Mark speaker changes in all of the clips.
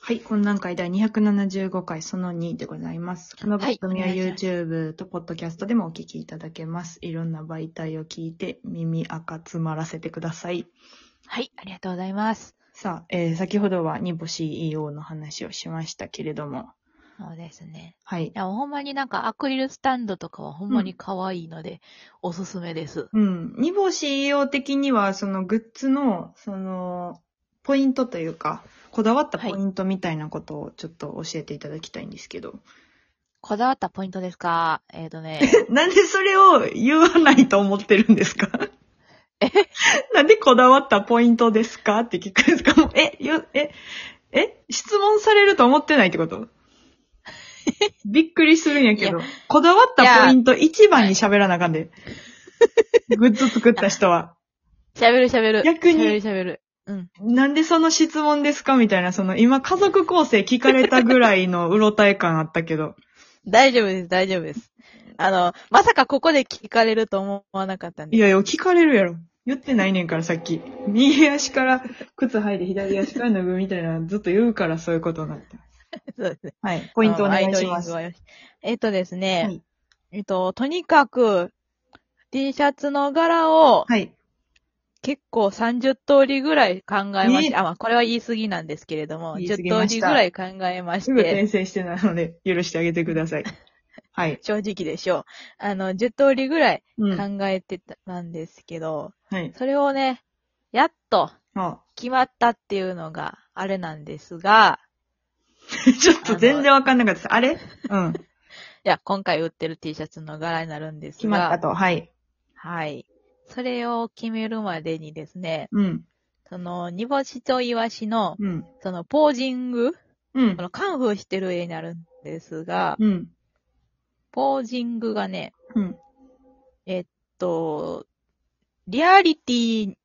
Speaker 1: はい、懇談会第275回その2でございます。この番組は
Speaker 2: はいお願い
Speaker 1: YouTube と Podcast でもお聞きいただけます。いろんな媒体を聞いて耳赤詰まらせてください。
Speaker 2: はい、ありがとうございます。
Speaker 1: さあ、えー先ほどはニボ CEO の話をしましたけれども、
Speaker 2: そうですね。
Speaker 1: はい
Speaker 2: い。や、ほんまになんかアクリルスタンドとかはほんまに可愛いので、おすすめです。
Speaker 1: うん、ニボ CEO 的にはそのグッズの、その、ポイントというか、こだわったポイントみたいなことをちょっと教えていただきたいんですけど。
Speaker 2: こだわったポイントですかえっ、とね、
Speaker 1: なんでそれを言わないと思ってるんですか
Speaker 2: え
Speaker 1: なんでこだわったポイントですかって聞くんですかもうえ、よ、え、え、質問されると思ってないってことびっくりするんやけど。こだわったポイント一番に喋らなあかんで。グッズ作った人は。
Speaker 2: 喋る喋る。
Speaker 1: 逆に
Speaker 2: 喋る喋る。うん。
Speaker 1: なんでその質問ですかみたいな、その今家族構成聞かれたぐらいのうろたえ感あったけど。
Speaker 2: 大丈夫です、大丈夫です。あの、まさかここで聞かれると思わなかったん
Speaker 1: い
Speaker 2: で。
Speaker 1: やいや、聞かれるやろ。言ってないねんから、さっき。右足から靴履いて左足から脱ぐみたいな、ずっと言うからそういうことになった。
Speaker 2: そうですね。
Speaker 1: はい。ポイントお願いしま
Speaker 2: あ
Speaker 1: す。
Speaker 2: のアイドリングはよしえっ、とですね、
Speaker 1: はい
Speaker 2: えっ、と、とにかく、T シャツの柄を、
Speaker 1: はい。
Speaker 2: 結構30通りぐらい考えまし
Speaker 1: え
Speaker 2: た。あ、まあ、これは言い過ぎなんですけれども、
Speaker 1: 言い過ぎ
Speaker 2: 10
Speaker 1: ま
Speaker 2: 通
Speaker 1: し
Speaker 2: り
Speaker 1: た
Speaker 2: ぐらい考えますし
Speaker 1: ぐ
Speaker 2: て、
Speaker 1: 転生してないので、許してあげてく ださい。はい。
Speaker 2: 正直でしょう。あの、10通りぐらい
Speaker 1: うん。は
Speaker 2: 考えてた、んですけど、
Speaker 1: い。
Speaker 2: それをね、やっと
Speaker 1: あ
Speaker 2: 決まったっていうのがあれなんですが、
Speaker 1: ちょっと全然わかんなかったです。あれうん。
Speaker 2: いや、今回売ってる T シャツの柄になるんです
Speaker 1: 決まった
Speaker 2: が、
Speaker 1: と。はい。
Speaker 2: はい。それを決めるまでにですね、
Speaker 1: うん。
Speaker 2: その、煮干しとイワシの、
Speaker 1: うん。
Speaker 2: その、ポージング、
Speaker 1: うん
Speaker 2: こ。の、カンフーしてる絵になるんですが、
Speaker 1: うん。
Speaker 2: ポージングがね、
Speaker 1: うん。
Speaker 2: えっと、リアリティ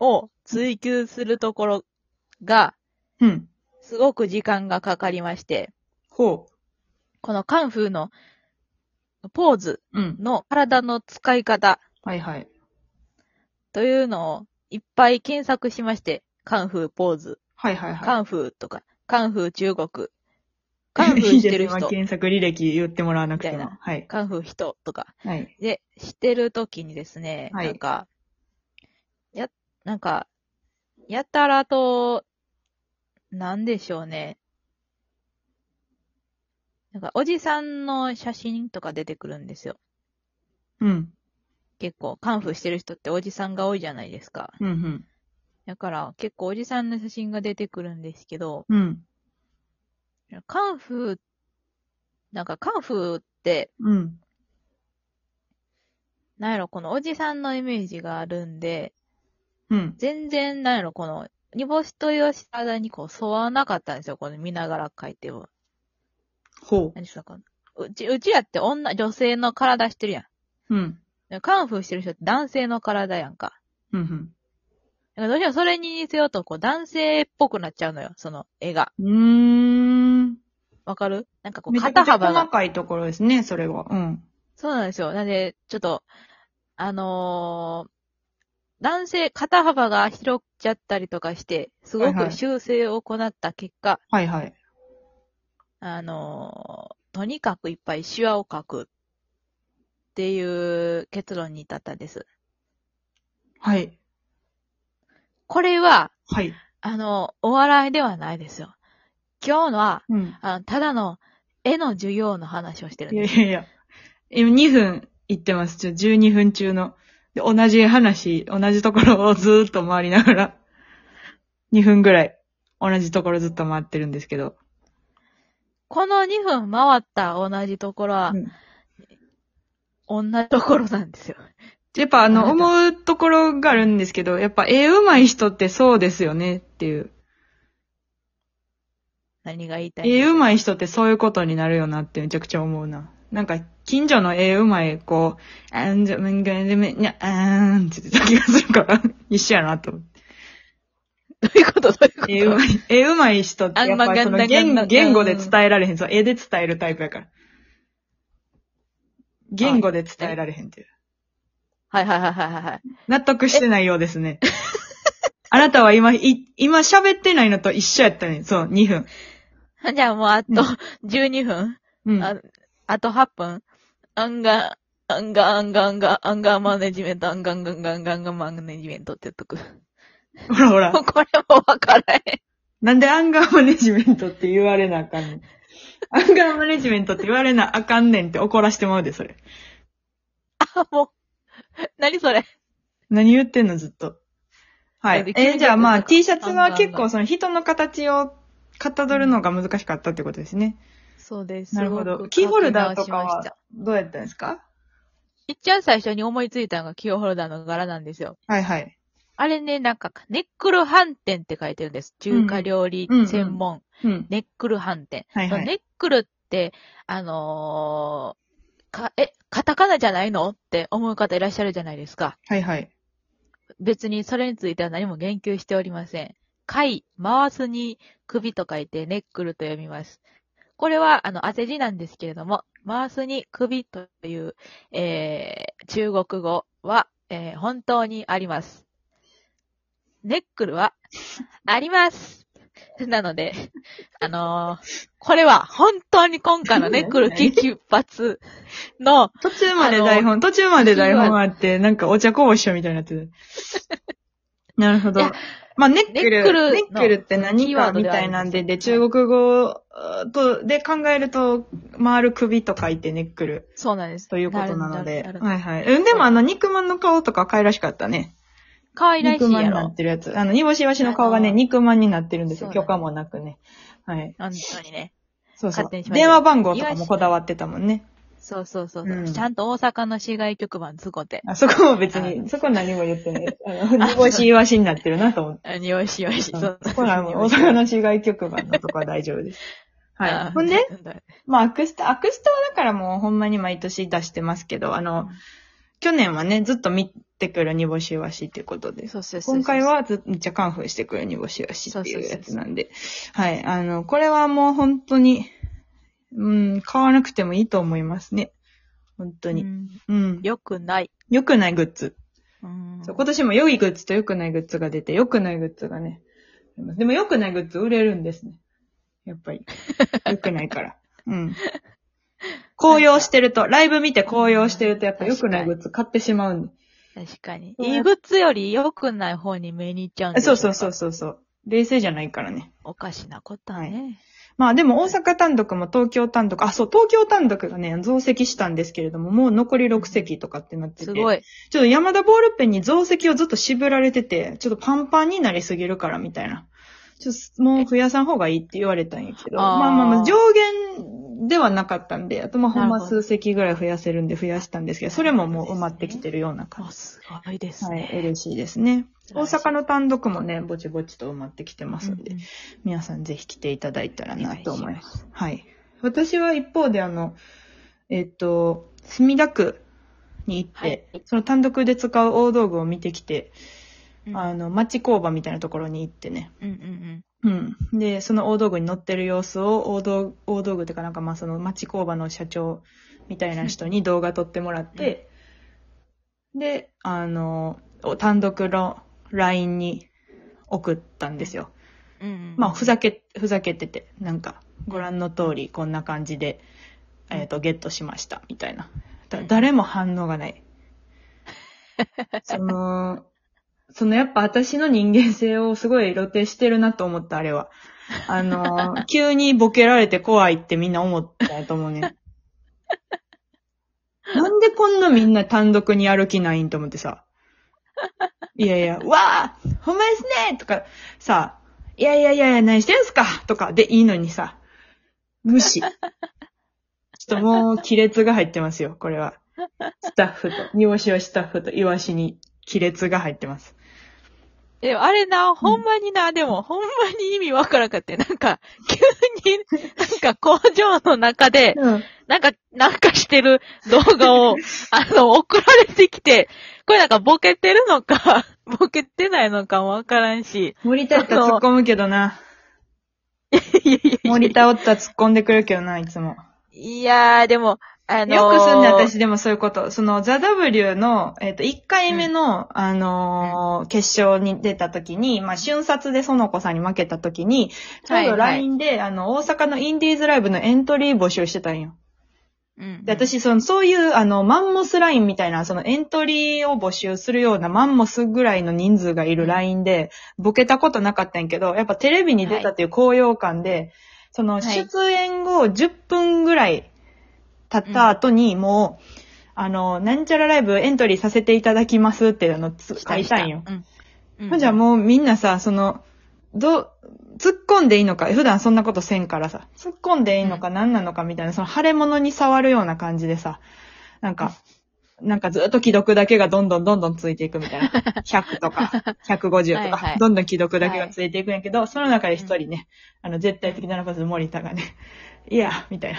Speaker 2: を追求するところが、
Speaker 1: うん。
Speaker 2: すごく時間がかかりまして、
Speaker 1: ほ
Speaker 2: このカンフーのポーズ
Speaker 1: う。うん。
Speaker 2: の体の使い方
Speaker 1: はいはい。
Speaker 2: というのをいっぱい検索しまして、カンフーポーズ、
Speaker 1: はいはいはい。
Speaker 2: カンフーとか、カンフー中国、カンフーして る
Speaker 1: いいです今
Speaker 2: 人、
Speaker 1: 検索履歴言ってもらわなくて
Speaker 2: み
Speaker 1: も
Speaker 2: たい。
Speaker 1: はい。
Speaker 2: カンフー人とか、
Speaker 1: はい。
Speaker 2: で、してるときにですね、
Speaker 1: はい
Speaker 2: なんか、や、なんか、やたらと、なんでしょうね。なんか、おじさんの写真とか出てくるんですよ。
Speaker 1: うん。
Speaker 2: 結構、カンフーしてる人っておじさんが多いじゃないですか。
Speaker 1: うんうん。
Speaker 2: だから、結構おじさんの写真が出てくるんですけど、
Speaker 1: うん。
Speaker 2: カンフー、なんかカンフーって、
Speaker 1: うん。
Speaker 2: なんやろ、このおじさんのイメージがあるんで、
Speaker 1: うん。
Speaker 2: 全然、なんやろ、この、煮干しと吉田にこう、沿わなかったんですよ。この見ながら書いても。
Speaker 1: ほ
Speaker 2: 何したかな。うち、うちらって女、女性の体してるや
Speaker 1: う。うん。
Speaker 2: ん。カンフーしてる人って男性の体やんか。
Speaker 1: うんうん。
Speaker 2: だからどうしてもそれに似せようと、こう、男性っぽくなっちゃうのよ。その絵が。
Speaker 1: うーん。
Speaker 2: わかるなんかこう、
Speaker 1: めちゃく
Speaker 2: 肩
Speaker 1: ちゃ
Speaker 2: 幅
Speaker 1: 細
Speaker 2: が。
Speaker 1: かいところですね、それは。うん。
Speaker 2: そうなんですよ。なんで、ちょっと、あのー男性、肩幅が広くちゃったりとかして、すご
Speaker 1: はいは
Speaker 2: く
Speaker 1: い
Speaker 2: 修正を行った結果、
Speaker 1: はいはい。
Speaker 2: あのー、とにかくいっぱいシワを描くっていう結論に至ったんです。
Speaker 1: はい。
Speaker 2: これは、
Speaker 1: はい。
Speaker 2: あの、お笑いではないですよ。今日のは、
Speaker 1: うん。
Speaker 2: あのただの絵の授業の話をしてるん
Speaker 1: いや
Speaker 2: で
Speaker 1: い
Speaker 2: す。
Speaker 1: やいや。今2分言ってます。ちょ、12分中の。で、同じ話、同じところをずーっと回りながら、2分ぐらい、同じところずっと回ってるんですけど。
Speaker 2: この2分回った同じところは
Speaker 1: う、ん
Speaker 2: 同じところなんですよ。
Speaker 1: やっぱあの、
Speaker 2: 思
Speaker 1: 思うところがあるんですけど、やっぱ絵上手い人ってそうですよねっていう。
Speaker 2: 何が言いたいんで
Speaker 1: 絵
Speaker 2: すか
Speaker 1: 上手い人ってそういうことになるよなってめちゃくちゃ思うな。なんか、近所の絵上手い子、あんじゃ、んがでめ、にゃ、あーんって言ってた気がするから、 一緒やなと思って。
Speaker 2: どういうことどういうこと
Speaker 1: 絵上手い、絵上手い人ってやっぱりその
Speaker 2: あんま
Speaker 1: 言
Speaker 2: り
Speaker 1: 言語で伝えられへん。そう、絵で伝えるタイプやから。言語で伝えられへんっていう。
Speaker 2: はいはいはいはいはいはい。
Speaker 1: 納得してないようですね。あなたは今、い、今喋ってないのと一緒やったね。そう、2分。
Speaker 2: じゃあもうあと12分。
Speaker 1: うん。
Speaker 2: ああと8分。アンガー、アンガー、アンガー、アンガー、アンガーマネジメント、アンガー、アンガー、アンガー、アンガーマネジメントって言っとく。
Speaker 1: ほらほら
Speaker 2: も。 うこれもわからへん。
Speaker 1: なんでアンガーマネジメントって言われなあかんねん。アンガーマネジメントって言われなあかんねんって怒らしてまうで、それ。
Speaker 2: あ、もう。何それ。
Speaker 1: 何言ってんの、ずっと。は
Speaker 2: え
Speaker 1: い
Speaker 2: で。
Speaker 1: えーじゃあま
Speaker 2: 究
Speaker 1: あ、
Speaker 2: 極
Speaker 1: T シャツ
Speaker 2: アンガーア
Speaker 1: は
Speaker 2: ンガー
Speaker 1: 結構その人の形をかたどるのが難しかったってことですね。
Speaker 2: そうです。
Speaker 1: なるほ
Speaker 2: すご
Speaker 1: ど。
Speaker 2: く
Speaker 1: キーホルダーとか
Speaker 2: 書き直しまし
Speaker 1: は
Speaker 2: た
Speaker 1: どうやったんですか
Speaker 2: いっちゃん最初に思いついたのがキーホルダーの柄なんですよ。
Speaker 1: はいはい。
Speaker 2: あれね、なんか、ネックル飯店って書いてるんです。中華料理専門、
Speaker 1: うん。
Speaker 2: ネックル飯店。
Speaker 1: はいはい
Speaker 2: ネックルって、あのーか、え、カタカナじゃないのって思う方いらっしゃるじゃないですか。
Speaker 1: はいはい。
Speaker 2: 別にそれについては何も言及しておりません。回、回すに首と書いてネックルと読みます。これは、あの、当て字なんですけれども、回すに首という、えー、中国語は、えー本当にあります。ネックルは、あります。なので、あのーこれは本当に今回のネックル激発 の、
Speaker 1: 途中まで台本、途中まで台本あって、なんかお茶こぼしちゃうみたいになって る。なるほど
Speaker 2: いや。
Speaker 1: まあ、ネック
Speaker 2: ネ
Speaker 1: ル、
Speaker 2: ックルの
Speaker 1: ネックルって何かみたいなんで、で、中国語と、で考えると、回る首と書いてネックル
Speaker 2: そうなんです。
Speaker 1: ということなの
Speaker 2: る
Speaker 1: で
Speaker 2: る。る
Speaker 1: はいはい。うん、でもあの、肉まんの顔とか可愛らしかったね。
Speaker 2: 可愛らし
Speaker 1: 肉
Speaker 2: い
Speaker 1: まん
Speaker 2: や
Speaker 1: に
Speaker 2: ろ
Speaker 1: な。ってるやつ。あの、煮干しわしの顔が
Speaker 2: あ
Speaker 1: ね、
Speaker 2: の
Speaker 1: 肉まんになってるんですよ。
Speaker 2: そうだ
Speaker 1: 許
Speaker 2: ね
Speaker 1: 可もなくね。はい。
Speaker 2: 本当にね。
Speaker 1: そうそう
Speaker 2: 勝手にし。ました
Speaker 1: 電話番号とかもこだわってたもんね。
Speaker 2: そうそうそう。
Speaker 1: うん
Speaker 2: ちゃんと大阪の市外局番つこて。
Speaker 1: あそこも別
Speaker 2: あ
Speaker 1: に、そこ何も言ってない。 あの、煮干しイワシになってるなと思って。
Speaker 2: あよしよし。そ
Speaker 1: そう
Speaker 2: う。
Speaker 1: そこらはもう大阪の市外局番のとこは大丈夫です。 は
Speaker 2: あ
Speaker 1: い。ほんで、
Speaker 2: そうだ
Speaker 1: まあ、アクスタ、アクスタはだからもうほんまに毎年出してますけど、あの、去年はね、ずっと見てくる煮干しイワシっていうことで、
Speaker 2: そうそうそう。
Speaker 1: 今回、はずっとめっちゃカンフーしてくる煮干しイワシってい
Speaker 2: そう
Speaker 1: う
Speaker 2: そう
Speaker 1: や
Speaker 2: そう
Speaker 1: つなんで、はい。あの、これはもう本当に、うん、買わなくてもいいと思いますね。本当
Speaker 2: う
Speaker 1: に。
Speaker 2: ん
Speaker 1: うん。
Speaker 2: よくない。
Speaker 1: 良くないグッズ。
Speaker 2: うん
Speaker 1: そう今年も良いグッズと良くないグッズが出て、良くないグッズがね、ありますでも良くないグッズ売れるんですね。やっぱ り。良くないから。うん。紅葉してると、ライブ見て紅葉してると、やっぱ良くないグッズ買ってしまうんで。
Speaker 2: 確かに。
Speaker 1: そう
Speaker 2: いいグッズより良くない方に目に行っちゃうん
Speaker 1: あ
Speaker 2: です
Speaker 1: そ
Speaker 2: よ
Speaker 1: うそうそう。そうそう。冷静じゃないからね。
Speaker 2: おかしなことね。
Speaker 1: まあでも大阪単独も東京単独、あ、そう、東京単独がね、増席したんですけれども、もう残り6席とかってなってて。
Speaker 2: すごい。
Speaker 1: ちょっと山田ボールペンに増席をずっと渋られてて、ちょっとパンパンになりすぎるからみたいな。ちょっともう増やさん方がいいって言われたんやけど、
Speaker 2: あー
Speaker 1: まあまあまあ上限ではなかったんで、あとまあほん
Speaker 2: なる
Speaker 1: ま
Speaker 2: ほど
Speaker 1: 数席ぐらい増やせるんで増やしたんですけど、それももう埋まってきてるような
Speaker 2: も
Speaker 1: 感
Speaker 2: うすごいで
Speaker 1: じ。
Speaker 2: す
Speaker 1: はい、
Speaker 2: ね。
Speaker 1: 嬉しいですね。大
Speaker 2: 素晴らしい
Speaker 1: 阪の単独もね、ぼちぼちと埋まってきてますんで、
Speaker 2: うん
Speaker 1: 皆さんぜひ来ていただいたらなと思います。
Speaker 2: す。
Speaker 1: はい。私は一方であの、えっと、墨田区に行って、
Speaker 2: はい
Speaker 1: その単独で使う大道具を見てきて、
Speaker 2: うん
Speaker 1: あの、町工場みたいなところに行ってね。
Speaker 2: うんうん
Speaker 1: うん。で、その大道具に乗ってる様子を、大道大道具っていうかなんかまあその町工場の社長みたいな 人に動画撮ってもらって、で、あの、お単独の LINE に送ったんですよ。
Speaker 2: うん。うんうん
Speaker 1: まあ、ふざけ、ふざけてて、なんか、ご覧の通り、こんな感じで、
Speaker 2: うん
Speaker 1: えっ、と、ゲットしました、みたいな。だ
Speaker 2: うん
Speaker 1: 誰も反応がない。その、そのやっぱ私の人間性をすごい露呈してるなと思った、あれは。あの、 急にボケられて怖いってみんな思ったと思う ね。なんでこんなみんな単独にやる気ないんと思ってさ。いやいや、わあほんまですねとか、さ、いやいやいやいや、何してんすかとかでいいのにさ、無視。ちょっともう、亀裂が入ってますよ、これ は。スタッフと、煮干しはスタッフと、イワシに亀裂が入ってます。
Speaker 2: でもあれな、ほんまにな、でも、ほんまに意味わからんかって、なんか、急に、なんか工場の中で、
Speaker 1: うん。
Speaker 2: なんか、なんかしてる動 画を、あの、送られてきて、これなんかボケてるのか、 ボケてないのかもわから んし、
Speaker 1: 森田やったら突っ込むけど な。
Speaker 2: いやいやいや
Speaker 1: 森田おったら突っ込んでくるけどな、いつも。
Speaker 2: いやー、でも、あ
Speaker 1: よくすんね、
Speaker 2: ー
Speaker 1: 私でもそういうこと。その、ザ・ W の、えっ、と、1回目の、あのー決勝に出た時に、まあ、瞬殺で園子さんに負けた時に、ちょうど
Speaker 2: はいはい
Speaker 1: LINE で、あの、大阪のインディーズライブのエントリー募集してたんよ。
Speaker 2: うん。
Speaker 1: で、私、その、そういう、あの、マンモスラインみたいな、その、エントリーを募集するようなマンモスぐらいの人数がいるラインで、ボケたことなかったんやけど、やっぱテレビに出たっていう高揚感で、その、
Speaker 2: い
Speaker 1: 出演後10分ぐらい経った後に、もう、あの、なんちゃらライブエントリーさせていただきますっていうのをつ書いたんよ。
Speaker 2: うん。うん
Speaker 1: ほんじゃもうみんなさ、その、どう、突っ込んでいいのか、普段そんなことせんからさ、突っ込んでいいのか何なのかみたいな、その腫れ物に触るような感じでさ、なんか、なんかずっと既読だけがどんどんどんどんついていくみたい な。100とか、150とか、
Speaker 2: はいはい
Speaker 1: どんどん既読だけがついていくんやけど、その中で一人ね、あの、絶対的なラパス森田がね、いや、みたいな。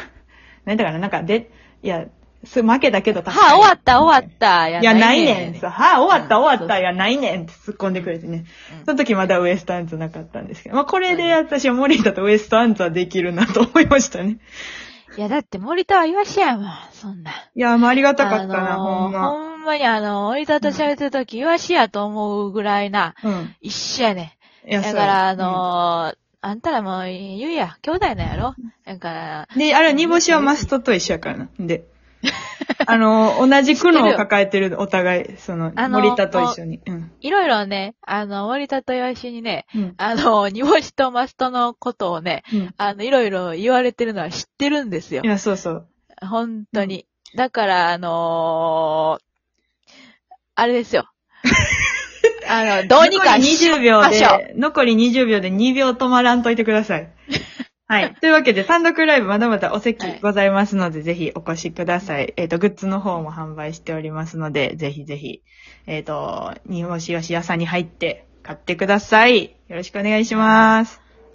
Speaker 1: なんだから、なんか、で、いや、す負けだけど
Speaker 2: はあ、終わった、終わった。
Speaker 1: いや、ないねん。
Speaker 2: ん
Speaker 1: そうはあ、終わった、
Speaker 2: うん
Speaker 1: 終わった。
Speaker 2: そうそう
Speaker 1: いや、ないねんって突っ込んでくれてね。
Speaker 2: うん
Speaker 1: その時まだウエストアンツなかったんですけど。まあ、これで私は森田とウエストアンツはできるなと思いましたね。
Speaker 2: いや、だって森田は言わしやもん、そんな。
Speaker 1: いや、まあ、ありがたかったな、
Speaker 2: あのー
Speaker 1: ほんま。
Speaker 2: ほんまにあの、森田と喋ってるとき、言わしやと思うぐらいな、
Speaker 1: うん。
Speaker 2: 一緒やね
Speaker 1: いや
Speaker 2: ん。だから、あのー、あんたらもう、言うや、兄弟なんやろだから、
Speaker 1: うんで、あれ、煮干しはマストと一緒やからな。 で、あの、同じ苦悩を抱えてる、お互い、その、
Speaker 2: あのー
Speaker 1: 森田と一緒に。うん。
Speaker 2: いろいろね、あの、森田と岩しにね、
Speaker 1: うん。
Speaker 2: あの、煮干しとマストのことをね、
Speaker 1: うん
Speaker 2: あの、いろいろ言われてるのは知ってるんですよ
Speaker 1: い。や、そうそう。
Speaker 2: 本当に。だから、あのーあれで すよ。あの、どうにか
Speaker 1: 残り
Speaker 2: し
Speaker 1: 20秒
Speaker 2: ましょう。
Speaker 1: で、残り20秒で2秒止まらんといてくだ さい。はい。というわけで、単独ライブまだまだお席
Speaker 2: はい
Speaker 1: ございますので、ぜひお越しください。えっ、と、グッズの方も販売しておりますので、ぜひぜひ、えっ、と、日本しよし屋さんに入って買ってください。よろしくお願いします。